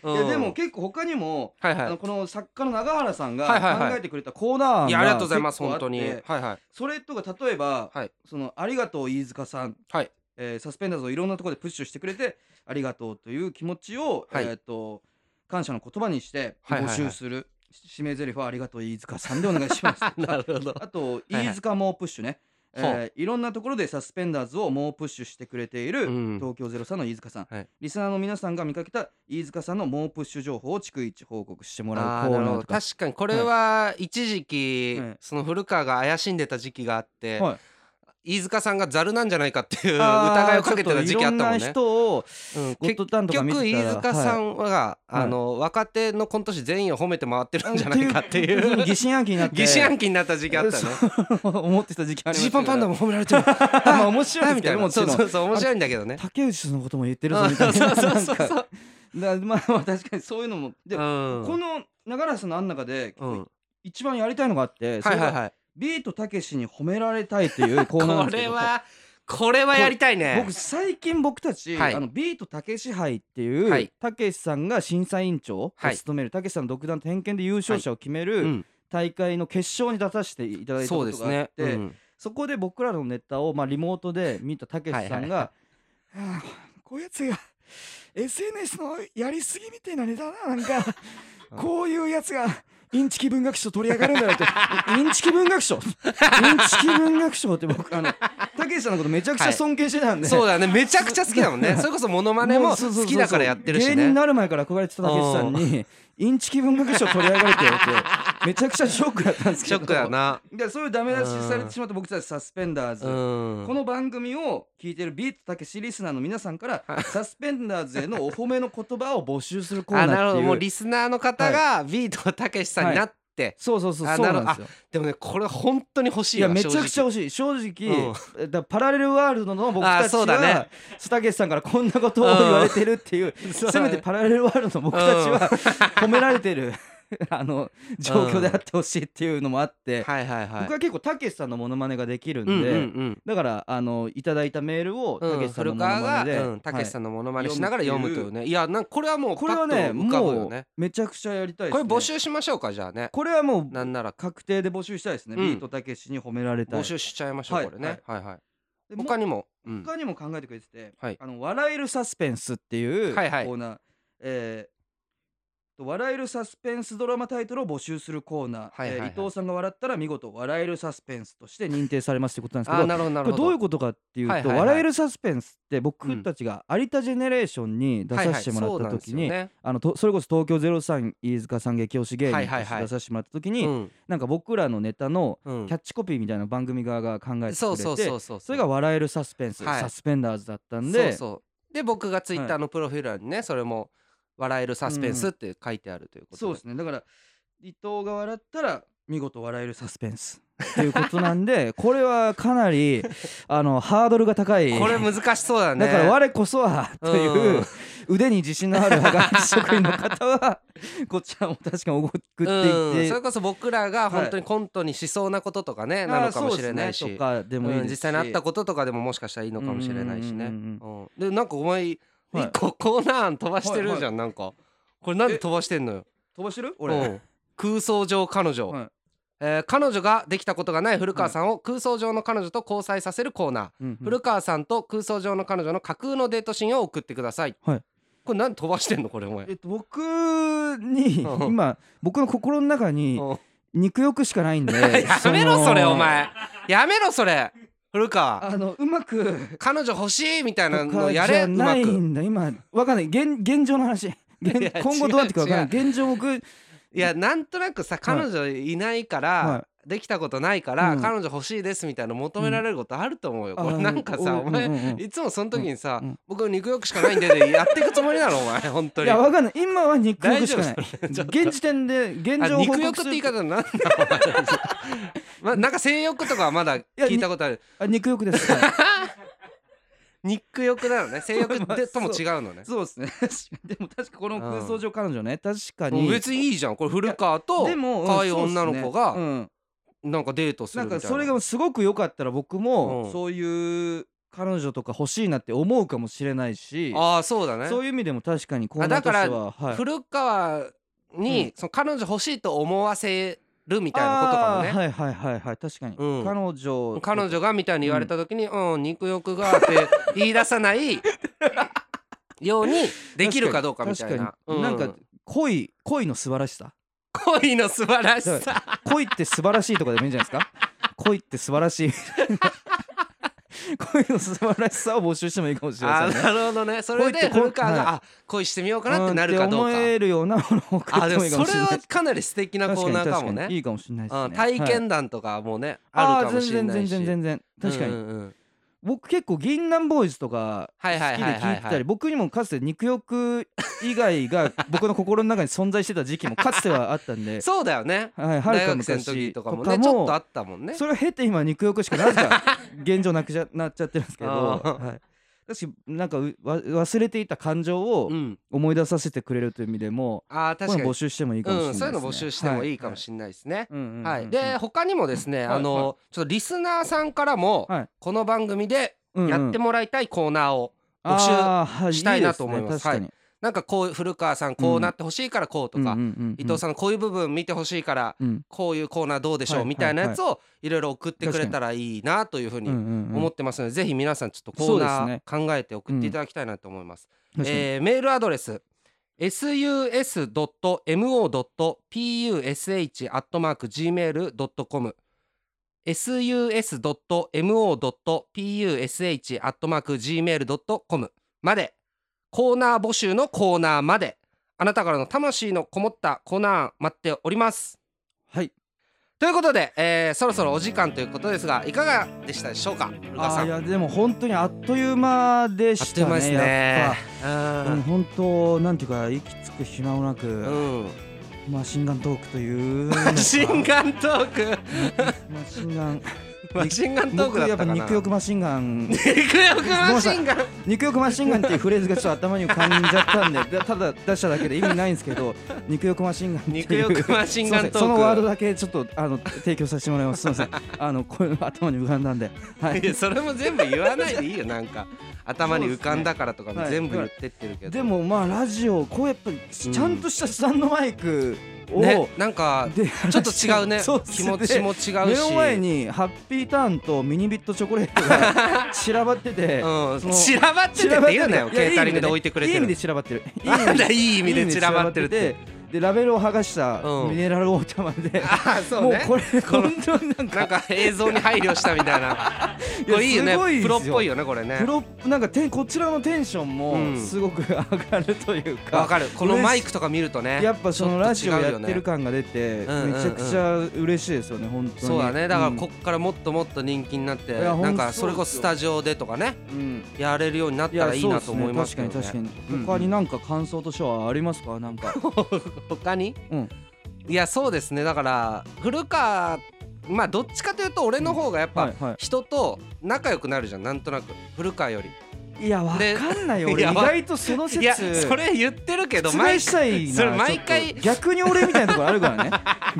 Speaker 1: う
Speaker 2: や
Speaker 1: ん
Speaker 2: でも結構他にも
Speaker 1: はい
Speaker 2: あ
Speaker 1: は
Speaker 2: のこの作家の永原さんが
Speaker 1: はいはいはい
Speaker 2: 考えてくれたコーナーが
Speaker 1: いいやありがとうございます
Speaker 2: 結構
Speaker 1: 本
Speaker 2: あって
Speaker 1: 当にはいはい
Speaker 2: それとか例えば
Speaker 1: はい
Speaker 2: そのありがとう飯塚さん
Speaker 1: はい
Speaker 2: えーサスペンダーズをいろんなところでプッシュしてくれてありがとうという気持ちを、
Speaker 1: はい
Speaker 2: えー、と感謝の言葉にして
Speaker 1: はいはい
Speaker 2: 募
Speaker 1: はい
Speaker 2: 集する、し指名台詞はありがとう飯塚さんでお願いします
Speaker 1: なるほど
Speaker 2: あと
Speaker 1: はい
Speaker 2: 飯塚もプッシュね、
Speaker 1: ほう
Speaker 2: いえーいろんなところでサスペンダーズを猛プッシュしてくれている、
Speaker 1: うん
Speaker 2: 東京ゼロさんの飯塚さん、
Speaker 1: はい
Speaker 2: リスナーの皆さんが見かけた飯塚さんの猛プッシュ情報を逐一報告してもら
Speaker 1: あ
Speaker 2: う
Speaker 1: ー
Speaker 2: コ
Speaker 1: な
Speaker 2: ー
Speaker 1: る
Speaker 2: ナ
Speaker 1: ほ
Speaker 2: ー
Speaker 1: ど
Speaker 2: とか
Speaker 1: 確かにこれは一時期
Speaker 2: はい
Speaker 1: その古川が怪しんでた時期があって
Speaker 2: はい
Speaker 1: 飯塚さんがざるなんじゃないかっていう
Speaker 2: あー
Speaker 1: 疑いをかけてた時期あったもん
Speaker 2: ち
Speaker 1: ね
Speaker 2: ょっといろんな。人を
Speaker 1: うん
Speaker 2: ゴッドタンとか見てたら
Speaker 1: 結局飯塚さんは、
Speaker 2: い
Speaker 1: あの若手のコント師全員を褒めて回ってるんじゃないかってい
Speaker 2: っていう
Speaker 1: う
Speaker 2: 疑心暗鬼になって
Speaker 1: 疑心暗鬼になった時期あったね。
Speaker 2: そう思ってた時期ありま
Speaker 1: ジ
Speaker 2: し
Speaker 1: ーパ
Speaker 2: た
Speaker 1: ン
Speaker 2: けど
Speaker 1: パンダも褒められてる
Speaker 2: まあ面白
Speaker 1: あ
Speaker 2: い です
Speaker 1: み
Speaker 2: け
Speaker 1: た
Speaker 2: ど
Speaker 1: い
Speaker 2: も
Speaker 1: な
Speaker 2: ちろ
Speaker 1: そ
Speaker 2: ん
Speaker 1: うそうそう面白いんだけどね。
Speaker 2: 竹内のことも言ってるぞ
Speaker 1: うんそ
Speaker 2: み
Speaker 1: う
Speaker 2: たい
Speaker 1: そ
Speaker 2: な
Speaker 1: うそう
Speaker 2: なんか
Speaker 1: そう。
Speaker 2: だまあまあ確かにそういうのもで、
Speaker 1: うん
Speaker 2: この長原さんのあん中で、
Speaker 1: うん
Speaker 2: 一番やりたいのがあって、そ
Speaker 1: は
Speaker 2: れ
Speaker 1: い
Speaker 2: が
Speaker 1: はいはい。
Speaker 2: ビートたけしに褒められたいっ ていうコーナーなん
Speaker 1: こ
Speaker 2: ですけ
Speaker 1: れ
Speaker 2: ど
Speaker 1: はこれはやりたいね
Speaker 2: 僕。最近僕たち、
Speaker 1: はい
Speaker 2: あのビートたけし杯っていう、
Speaker 1: はい
Speaker 2: たけしさんが審査委員長を
Speaker 1: はい
Speaker 2: 務めるたけしさんの独断と偏見で優勝者を決め
Speaker 1: う
Speaker 2: る
Speaker 1: ん
Speaker 2: 大会の決勝に出させていただいた
Speaker 1: そ
Speaker 2: こ
Speaker 1: うで
Speaker 2: と
Speaker 1: す
Speaker 2: があっ
Speaker 1: ね。
Speaker 2: て、
Speaker 1: うん
Speaker 2: そこで僕らのネタを、まあ、リモートで見たたけしさんが、はあこういうやつが SNS のやりすぎみたいなネタだな なんか
Speaker 1: うん
Speaker 2: こういうやつがインチキ 文学賞取り上がるんだよってインチキ文学賞インチキ文学賞って僕あのたけしさんのことめちゃくちゃ尊敬してたんで、
Speaker 1: そうだねめちゃくちゃ好きだも んねそれこそモノマネも好きだからやってるしね
Speaker 2: 芸人になる前から憧れてたたけしさんにインチキ文学賞取り上げられてよってめちゃくちゃショックだったんですけ
Speaker 1: シ
Speaker 2: ど
Speaker 1: ョックだな
Speaker 2: でそういうダメ出しされてしまった僕たちサスペンダーズ、
Speaker 1: うん
Speaker 2: この番組を聞いてるビートたけしリスナーの皆さんからサスペンダーズへのお褒めの言葉を募集するコー
Speaker 1: あ
Speaker 2: ナーっていう
Speaker 1: なるほどもうリスナーの方がビートたけしさんになって、
Speaker 2: そうそうそう
Speaker 1: あ
Speaker 2: そう
Speaker 1: なるほ
Speaker 2: なん
Speaker 1: ど
Speaker 2: ですよ
Speaker 1: でもねこれ本当に欲しい
Speaker 2: いや
Speaker 1: わ
Speaker 2: めちゃくちゃ
Speaker 1: 正
Speaker 2: 欲しい正直
Speaker 1: うん、
Speaker 2: えだパラレルワールドの僕
Speaker 1: あ
Speaker 2: た
Speaker 1: ー
Speaker 2: ち
Speaker 1: そうだ
Speaker 2: は
Speaker 1: ね
Speaker 2: たけしさんからこんなことを言われてるっていう
Speaker 1: 直
Speaker 2: せめてパラレルワールドの僕たちは褒められてる あの状況であってほしいっていうのもあって
Speaker 1: はいはいはい
Speaker 2: 僕は結構たけしさんのモノマネができるん
Speaker 1: うんうんう
Speaker 2: で
Speaker 1: ん
Speaker 2: だからあのいただいたメールをた
Speaker 1: う
Speaker 2: け
Speaker 1: ん、
Speaker 2: しさん
Speaker 1: 古
Speaker 2: のモノマ
Speaker 1: 川
Speaker 2: ネで
Speaker 1: がうんたけしさんのモノマネしながら読むというね、い、やなんかこれはも
Speaker 2: は
Speaker 1: う
Speaker 2: い
Speaker 1: パ
Speaker 2: これは
Speaker 1: ッと
Speaker 2: ね
Speaker 1: 浮かぶ
Speaker 2: も
Speaker 1: よ
Speaker 2: う
Speaker 1: ね
Speaker 2: めちゃくちゃやりたいです
Speaker 1: これ
Speaker 2: ね
Speaker 1: 募集しましょうかじゃあね
Speaker 2: これはもう
Speaker 1: なんなら
Speaker 2: 確定で募集したいですね
Speaker 1: うん
Speaker 2: ビートたけしに褒められたい
Speaker 1: 募集しちゃいましょう、
Speaker 2: はい
Speaker 1: これねはいはい
Speaker 2: でも
Speaker 1: 他にも、うん、
Speaker 2: 他にも考えてくれてて、
Speaker 1: はい
Speaker 2: あの笑えるサスペンスっていうコ
Speaker 1: はいはい
Speaker 2: ーナー、えーと笑えるサスペンスドラマタイトルを募集するコーナー、
Speaker 1: はいはいはい
Speaker 2: えー伊藤さんが笑ったら見事笑えるサスペンスとして認定されますってことなんです
Speaker 1: あ
Speaker 2: け
Speaker 1: ー
Speaker 2: ど。
Speaker 1: なるほどな
Speaker 2: こ
Speaker 1: る
Speaker 2: れ
Speaker 1: ほど
Speaker 2: どういうことかっていうと、
Speaker 1: はいはいはい
Speaker 2: 笑えるサスペンスって僕たちが有田ジェネレーションに出させてもらった時に、
Speaker 1: はいはい
Speaker 2: あのとそれこそ東京03飯塚さん激推し芸人と
Speaker 1: は
Speaker 2: し
Speaker 1: いはい
Speaker 2: て
Speaker 1: はい
Speaker 2: 出させてもらった時
Speaker 1: そう
Speaker 2: に、
Speaker 1: なんですよね
Speaker 2: なんか僕らのネタの
Speaker 1: うんうん
Speaker 2: キャッチコピーみたいなの番組側が考えてくれて
Speaker 1: そうそうそうそう
Speaker 2: それが笑えるサスペンス、
Speaker 1: はい
Speaker 2: サスペンダーズだったん
Speaker 1: そ
Speaker 2: で
Speaker 1: うそうで僕がツイッターのプロフィール欄にねそれも「笑えるサスペンス」って書いてあるということで、
Speaker 2: そうですねだから伊藤が笑ったら見事笑えるサスペンスっていうことなんでこれはかなりあのハードルが高い
Speaker 1: こ れ難しそうだね
Speaker 2: だから我こそはという腕に自信のあるはがき職員の方 はこちらも確かにおごって
Speaker 1: う
Speaker 2: い
Speaker 1: ん、
Speaker 2: って
Speaker 1: それこそ僕らが本当にコントにしそうなこととかね、
Speaker 2: あー
Speaker 1: なのかもしれないし
Speaker 2: そうですねとかでもい
Speaker 1: う
Speaker 2: い
Speaker 1: ん
Speaker 2: ですし
Speaker 1: 実際にあったこととかでももしかしたらいいのかもしれないしね。
Speaker 2: う
Speaker 1: うん
Speaker 2: うん
Speaker 1: んでなんかお前一
Speaker 2: はい
Speaker 1: 個コーナー案飛ばしてるじゃんなんかこれなんで
Speaker 2: え
Speaker 1: 飛ばしてんのよ。
Speaker 2: 飛ばしてる
Speaker 1: う
Speaker 2: 俺
Speaker 1: ん空想上彼女、
Speaker 2: はい
Speaker 1: えー彼女ができたことがない古川さんを空想上の彼女と交際させるコーナー、
Speaker 2: うんうん
Speaker 1: 古川さんと空想上の彼女の架空のデートシーンを送ってください、
Speaker 2: はい
Speaker 1: これ何飛ばしてんのこれお前
Speaker 2: えっと僕に
Speaker 1: うん
Speaker 2: 今僕の心の中に
Speaker 1: うん
Speaker 2: 肉欲しかないんで
Speaker 1: やめろ
Speaker 2: の
Speaker 1: それお前やめろそれ古川
Speaker 2: あのうまく
Speaker 1: 彼女欲しいみたいな
Speaker 2: と
Speaker 1: の
Speaker 2: か
Speaker 1: や
Speaker 2: じ
Speaker 1: れ
Speaker 2: ゃ
Speaker 1: う
Speaker 2: な
Speaker 1: ま
Speaker 2: い
Speaker 1: く
Speaker 2: んだ今わかんない現現状の話現
Speaker 1: いや
Speaker 2: 今後どうなっていくかわかんない現状僕
Speaker 1: いやなんとなくさ彼女いないから、
Speaker 2: は
Speaker 1: できたことないから、
Speaker 2: うん
Speaker 1: 彼女欲しいですみたいなの求められることあると思うよ、
Speaker 2: あ
Speaker 1: これなんかさお前、
Speaker 2: うんうんうん
Speaker 1: いつもその時にさ、
Speaker 2: うんうん
Speaker 1: 僕肉欲しかないんででやっていくつもりなのお前本当
Speaker 2: い
Speaker 1: に
Speaker 2: やわかんない今は肉欲しかない
Speaker 1: 大丈ちょっと
Speaker 2: 現時点で現
Speaker 1: あ
Speaker 2: 状を
Speaker 1: 肉
Speaker 2: 報告
Speaker 1: 欲っ
Speaker 2: す
Speaker 1: て
Speaker 2: る
Speaker 1: 言い方なんだ お前まなんか性欲とかはまだ聞いたことある
Speaker 2: あ肉欲で すはい
Speaker 1: 肉欲なの ね性欲
Speaker 2: まあ
Speaker 1: でとも違うのね
Speaker 2: そうですねでも確かこの空想上彼女ね確か
Speaker 1: も
Speaker 2: に
Speaker 1: う別にいいじゃんこれ古川と
Speaker 2: でもうん
Speaker 1: 可愛い
Speaker 2: そうっすね
Speaker 1: 女の子が
Speaker 2: うん
Speaker 1: なんかデートする
Speaker 2: なん
Speaker 1: みたい
Speaker 2: か
Speaker 1: な
Speaker 2: それがすごく良かったら僕も
Speaker 1: うん
Speaker 2: そういう彼女とか欲しいなって思うかもしれないし
Speaker 1: ああそうだね
Speaker 2: そういう意味でも確かにこ
Speaker 1: あだ
Speaker 2: のとして
Speaker 1: から
Speaker 2: ははい
Speaker 1: 古川に、
Speaker 2: うん
Speaker 1: その彼女欲しいと思わせるみたいなことかもね、
Speaker 2: あーはいはいはいはい確かに、
Speaker 1: うん
Speaker 2: 彼女
Speaker 1: 彼女がみたいに言われた時に「うん、肉欲が」って言い出さない ようにできるかどうかみたいな
Speaker 2: 確。かに
Speaker 1: う
Speaker 2: なんか恋恋の素晴らしさ
Speaker 1: 恋の素晴らしさ
Speaker 2: 恋って素晴らしいとかでもいいんじゃないですか恋って素晴らしい恋の素晴らしさを募集してもいいかもしれ
Speaker 1: あ
Speaker 2: ま
Speaker 1: ー
Speaker 2: せんね
Speaker 1: なるほどねそれ
Speaker 2: 恋って
Speaker 1: で
Speaker 2: こう
Speaker 1: 古川が、
Speaker 2: は
Speaker 1: あ恋してみようかなってなるかど
Speaker 2: う
Speaker 1: うん
Speaker 2: っ
Speaker 1: か
Speaker 2: て思えるようなものを送
Speaker 1: あ
Speaker 2: っ
Speaker 1: で
Speaker 2: ても
Speaker 1: も
Speaker 2: いいか
Speaker 1: そ
Speaker 2: もし
Speaker 1: れ
Speaker 2: れな
Speaker 1: は
Speaker 2: い
Speaker 1: かなり素敵なコーナーかも
Speaker 2: 確に確に
Speaker 1: ね
Speaker 2: いいかもしれないです
Speaker 1: う
Speaker 2: ね
Speaker 1: ん体
Speaker 2: はい
Speaker 1: 験談とかもね、あるかもしれないし
Speaker 2: あー全然全然全然確かに、
Speaker 1: うんうんうん
Speaker 2: 僕結構銀杏ボーイズとか好
Speaker 1: は
Speaker 2: き
Speaker 1: い
Speaker 2: で
Speaker 1: はいはいはいはい
Speaker 2: 聞いてたり僕にもかつて肉欲以外が 僕の心の中に存在してた時期もかつてはあったん で
Speaker 1: そうだよね
Speaker 2: はい、はる
Speaker 1: 大
Speaker 2: か
Speaker 1: 学生の時
Speaker 2: 昔
Speaker 1: とかもねちょっとあったもんね
Speaker 2: それを経て今肉欲しかなぜ か現状なくちゃなっちゃってるんですけど、
Speaker 1: あー
Speaker 2: はい、確かになんかうわ忘れていた感情を
Speaker 1: うん
Speaker 2: 思い出させてくれるという意味でも、
Speaker 1: あー確
Speaker 2: こういう
Speaker 1: か
Speaker 2: の募
Speaker 1: に
Speaker 2: 集してもいいかもしれな
Speaker 1: う
Speaker 2: い
Speaker 1: ん
Speaker 2: です、ね
Speaker 1: そういうの募集してもいいかもしれないですね
Speaker 2: れない、うんうんうんうん
Speaker 1: はいで他にもですね
Speaker 2: はい
Speaker 1: あのちょっとリスナーさんからも
Speaker 2: はい
Speaker 1: この番組で
Speaker 2: うんうん
Speaker 1: やってもらいたいコーナーを募集
Speaker 2: あーは
Speaker 1: したいなと思います
Speaker 2: ですね確かに、
Speaker 1: なんかこう古川さんこうなってほしいからこうとか
Speaker 2: うんうんうんうん
Speaker 1: 伊藤さんのこういう部分見てほしいから
Speaker 2: うん
Speaker 1: こういうコーナーどうでし
Speaker 2: は
Speaker 1: ょ
Speaker 2: いう
Speaker 1: みたいなやつをいろいろ送ってくれたらいいなというふう
Speaker 2: うん
Speaker 1: に
Speaker 2: うんうん
Speaker 1: 思ってますのでぜひ皆さんちょっとコ
Speaker 2: そう
Speaker 1: ー
Speaker 2: で
Speaker 1: ナ
Speaker 2: す
Speaker 1: ー
Speaker 2: ね
Speaker 1: 考えて送っていただきたいなと思います。
Speaker 2: 確かに
Speaker 1: えーメールアドレス sus.mo.push.gmail.com sus.mo.push.gmail.com までコーナー募集のコーナーまであなたからの魂のこもったコーナー待っております
Speaker 2: はい
Speaker 1: ということで、えーそろそろお時間ということですがいかがでしたでしょうかルカ
Speaker 2: あ
Speaker 1: さ
Speaker 2: い
Speaker 1: んあっ
Speaker 2: やでも本当にあっという間でした
Speaker 1: とい
Speaker 2: ね
Speaker 1: う間ですね
Speaker 2: やっぱうん本当なんていうか息つく暇もなく、
Speaker 1: うん、
Speaker 2: まあ心眼トークというのか
Speaker 1: マ シンガントーク
Speaker 2: まあ心眼
Speaker 1: マシンガントーク
Speaker 2: 僕
Speaker 1: だ
Speaker 2: や
Speaker 1: っ
Speaker 2: っぱ
Speaker 1: たかな
Speaker 2: 肉欲マシンガン
Speaker 1: 肉欲マシンガン
Speaker 2: 肉欲マシンガンっていうフレーズがちょっと頭に浮かんじゃったんでだただ出しただけで意味ないんですけ ど肉欲マシンガンっていう
Speaker 1: 肉欲マシンガントーク
Speaker 2: すいませんそのワードだけちょっとあの提供させてもらいますすみ ませんあのこれ頭に浮かんだんではい
Speaker 1: いやそれも全部言わないでいいよなんか頭に浮かんだからとかも
Speaker 2: そうです
Speaker 1: 全
Speaker 2: ね
Speaker 1: 部言ってってるけど、
Speaker 2: でもまあラジオこうやっぱりちゃんとしたスタンドマイクを、
Speaker 1: ねなんか
Speaker 2: で
Speaker 1: ちょっと違うね
Speaker 2: そうっす
Speaker 1: 気持ちも違うし
Speaker 2: 目の前にハッピーターンとミニビットチョコレートが散らばっ て
Speaker 1: う
Speaker 2: て、
Speaker 1: ん
Speaker 2: その
Speaker 1: 散らばっててって言うなよ
Speaker 2: いや
Speaker 1: 携帯で置いてくれて
Speaker 2: いい意味で
Speaker 1: る
Speaker 2: 散らばってるいい意
Speaker 1: なん
Speaker 2: 味
Speaker 1: だ
Speaker 2: で
Speaker 1: いい意味で散らばってるって
Speaker 2: いい意味で散らばっててでラベルを剥がした
Speaker 1: うん
Speaker 2: ミネラルウォーターまで、
Speaker 1: ああそう
Speaker 2: もう
Speaker 1: ね
Speaker 2: これ本当になん
Speaker 1: なん
Speaker 2: か
Speaker 1: か映像に配慮したみた いなこれいいよね
Speaker 2: すごいです
Speaker 1: プ
Speaker 2: よ
Speaker 1: ロっぽいよねこれね
Speaker 2: プロップなんかてこちらのテンション
Speaker 1: うん
Speaker 2: もすごく上がるというか
Speaker 1: わかるこのマイクとか見るとね
Speaker 2: やっぱそのラジオやってる
Speaker 1: か
Speaker 2: 感が出てめ
Speaker 1: うんうんうん
Speaker 2: ちゃくちゃ嬉しいですよね本当に
Speaker 1: そうだねだからこ
Speaker 2: こ
Speaker 1: っからもっともっと人気になって
Speaker 2: いやほんと
Speaker 1: なんかそれこそスタジオでとかね
Speaker 2: うん
Speaker 1: やれるようになっ
Speaker 2: い
Speaker 1: た
Speaker 2: や
Speaker 1: らいいなと思いますけ
Speaker 2: そう
Speaker 1: ど
Speaker 2: っすね確か
Speaker 1: ね
Speaker 2: に確か
Speaker 1: うん
Speaker 2: に他になんか感想としてはありますかな んか
Speaker 1: 他に
Speaker 2: うん
Speaker 1: いやそうですねだから古川まあどっちかというと俺の方がやっ
Speaker 2: は
Speaker 1: ぱ
Speaker 2: いは
Speaker 1: 人と仲良くなるじゃんなんとなく古川より
Speaker 2: いいやわ
Speaker 1: で
Speaker 2: かんないよ
Speaker 1: い
Speaker 2: 俺意
Speaker 1: やわ
Speaker 2: 外とその説
Speaker 1: いやそれ言ってるけど
Speaker 2: 覆
Speaker 1: 毎
Speaker 2: したいな
Speaker 1: それ毎回
Speaker 2: ちょっと逆に俺みたいなところあ るからね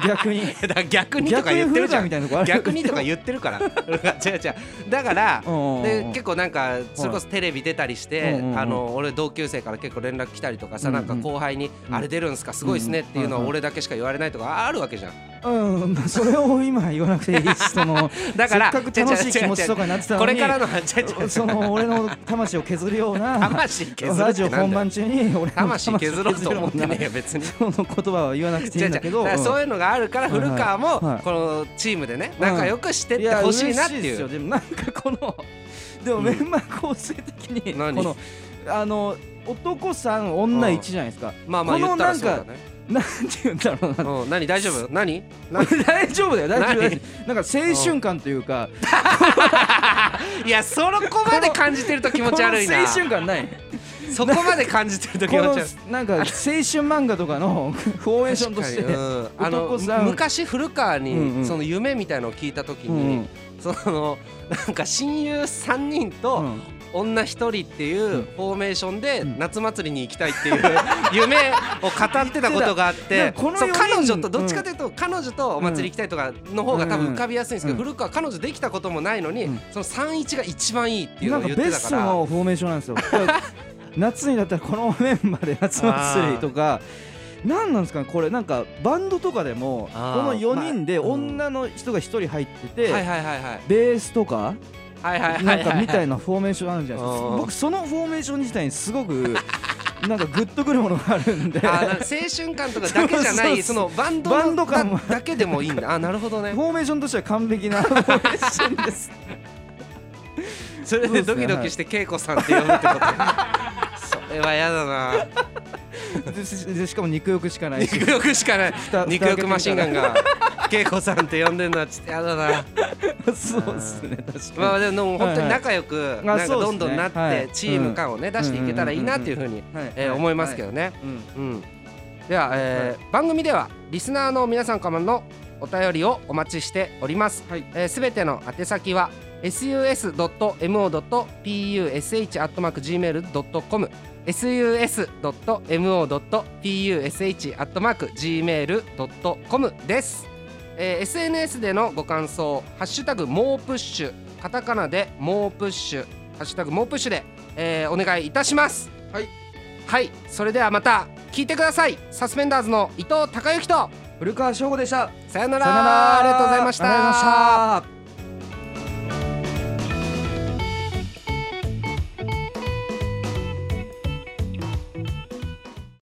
Speaker 2: 逆に
Speaker 1: だから逆にとか
Speaker 2: 逆に
Speaker 1: 言って
Speaker 2: フ
Speaker 1: る
Speaker 2: ル
Speaker 1: じ
Speaker 2: ダ
Speaker 1: ゃ
Speaker 2: み
Speaker 1: ん
Speaker 2: たいなところある
Speaker 1: 逆にとか言ってるから 古川違う違うだからで結
Speaker 2: で
Speaker 1: 構なんかそれこそテレビ出たりして、
Speaker 2: うんうんうん
Speaker 1: あの俺同級生から結構連絡来たりとかさ、
Speaker 2: うんうん
Speaker 1: なんか後輩に「
Speaker 2: うん
Speaker 1: あれ出るんすかすごいっすね」っていうのは
Speaker 2: うんうん
Speaker 1: 俺だけしか言われないとかあるわけじゃん
Speaker 2: うんまあそれを今言わなくていいしそ の
Speaker 1: だから
Speaker 2: せっかく楽しい気持ちと
Speaker 1: か
Speaker 2: かになってた
Speaker 1: こ
Speaker 2: の
Speaker 1: れ
Speaker 2: に
Speaker 1: からの違う違う
Speaker 2: その俺の魂を削るような
Speaker 1: 魂削る
Speaker 2: ラ
Speaker 1: っ
Speaker 2: ジ
Speaker 1: て
Speaker 2: オ
Speaker 1: な
Speaker 2: 本
Speaker 1: んだよ
Speaker 2: 番中に俺の
Speaker 1: 魂削ろうと思ってねえ
Speaker 2: よ
Speaker 1: よ別に。
Speaker 2: その言葉は言わなくてい
Speaker 1: 違
Speaker 2: い
Speaker 1: うん違
Speaker 2: だ
Speaker 1: う
Speaker 2: け
Speaker 1: だ
Speaker 2: ど
Speaker 1: からそういうのがあるから
Speaker 2: うん
Speaker 1: 古川
Speaker 2: はい
Speaker 1: も
Speaker 2: はい
Speaker 1: このチームでね
Speaker 2: うん
Speaker 1: 仲良くしてってほしいなって
Speaker 2: や嬉しです
Speaker 1: い
Speaker 2: よ
Speaker 1: う
Speaker 2: でもなんかこのでも
Speaker 1: うん
Speaker 2: メンバー構成的にこ
Speaker 1: 何
Speaker 2: のあの男さん女1じゃないですか
Speaker 1: まあまあ
Speaker 2: この
Speaker 1: 言ったらそうだね
Speaker 2: なんて言うんだろうな
Speaker 1: うん何大丈夫何な
Speaker 2: 大丈夫だよ大丈夫
Speaker 1: 何
Speaker 2: 大丈夫なんか青春感というか
Speaker 1: いやそこまで感じてると気持ち悪いな
Speaker 2: この青春感ない
Speaker 1: そこまで感じてると
Speaker 2: こ
Speaker 1: 気持
Speaker 2: の
Speaker 1: ち悪い
Speaker 2: なんか青春漫画と かのフォーメーションとして
Speaker 1: 確かにうんあ
Speaker 2: 男さ
Speaker 1: の
Speaker 2: ん
Speaker 1: 昔古川
Speaker 2: うんう
Speaker 1: に
Speaker 2: ん
Speaker 1: その夢みたいのを聞いた時
Speaker 2: うん
Speaker 1: にそのなんか親友3人
Speaker 2: う
Speaker 1: と
Speaker 2: ん
Speaker 1: 女1人っていう
Speaker 2: うん
Speaker 1: フォーメーションで
Speaker 2: うん
Speaker 1: 夏祭りに行きたいっていう 夢を語ってたことがあっ
Speaker 2: 言っててたこの
Speaker 1: そう
Speaker 2: 四人
Speaker 1: 彼女とどっちかというと彼女とお祭り行きたいとかの方が多分浮かびやすいんですけど
Speaker 2: うん
Speaker 1: 古川彼女できたこともないのに
Speaker 2: うん
Speaker 1: その31が一番いいっていう
Speaker 2: な
Speaker 1: のを
Speaker 2: んか
Speaker 1: 言っ
Speaker 2: ベ
Speaker 1: てた
Speaker 2: ッ
Speaker 1: か
Speaker 2: ソ
Speaker 1: ら。
Speaker 2: のフォーメーションなんですよ。だから夏になったらこのメンバーで夏祭りとか。なんなんですかねこれなんかバンドとかでもこ
Speaker 1: あー
Speaker 2: の4人で
Speaker 1: まあうん
Speaker 2: 女の人が1人入ってて、
Speaker 1: はいはいはいはい
Speaker 2: ベースとか
Speaker 1: はいはいはい
Speaker 2: なんかみた
Speaker 1: い
Speaker 2: いなフォーメーションあるじゃないですか
Speaker 1: うん
Speaker 2: 僕そのフォーメーション自体にすごく なんかグッとくるものがあるんで
Speaker 1: あーなんか青春感とかだけじゃない
Speaker 2: そ
Speaker 1: そうの
Speaker 2: そ
Speaker 1: バンド
Speaker 2: バン
Speaker 1: の
Speaker 2: ド感も
Speaker 1: だだけでもいいんだあーなるほどね
Speaker 2: フォーメーションとしては完璧なフ ォーメーションです
Speaker 1: それでドキドキして恵子さんって呼ぶってこと それはやだな
Speaker 2: ででしかも肉欲しかないし
Speaker 1: 肉欲しかない
Speaker 2: た
Speaker 1: 肉欲マシンガンが恵子さんって呼んでんのはちょっとやだな
Speaker 2: そうですね確かに、
Speaker 1: まあでも本当
Speaker 2: はい
Speaker 1: に
Speaker 2: はい
Speaker 1: 仲良くなんかどんどんなっ
Speaker 2: そう
Speaker 1: て
Speaker 2: ですねはい
Speaker 1: チーム感をね出していけたらいいなっていうふうに
Speaker 2: はい
Speaker 1: えー思いますけ、どね
Speaker 2: はいうん
Speaker 1: うんではえー番組ではリスナーの皆さんからのお便りをお待ちしております
Speaker 2: はい
Speaker 1: えー、全ての宛先は sus.mo.push.gmail.com sus.mo.push.gmail.com です、えー SNS でのご感想「ハッシュタグ猛プッシュ」カタカナで猛プッシュ「ハッシュタグ猛プッシュで」えーお願いいたします
Speaker 2: はい、
Speaker 1: はい、それではまた聞いてくださいサスペンダーズの伊藤孝之と
Speaker 2: 古川翔吾でした。
Speaker 1: さよなら
Speaker 2: さよなら
Speaker 1: ありがとうございました
Speaker 2: ありがとうございました。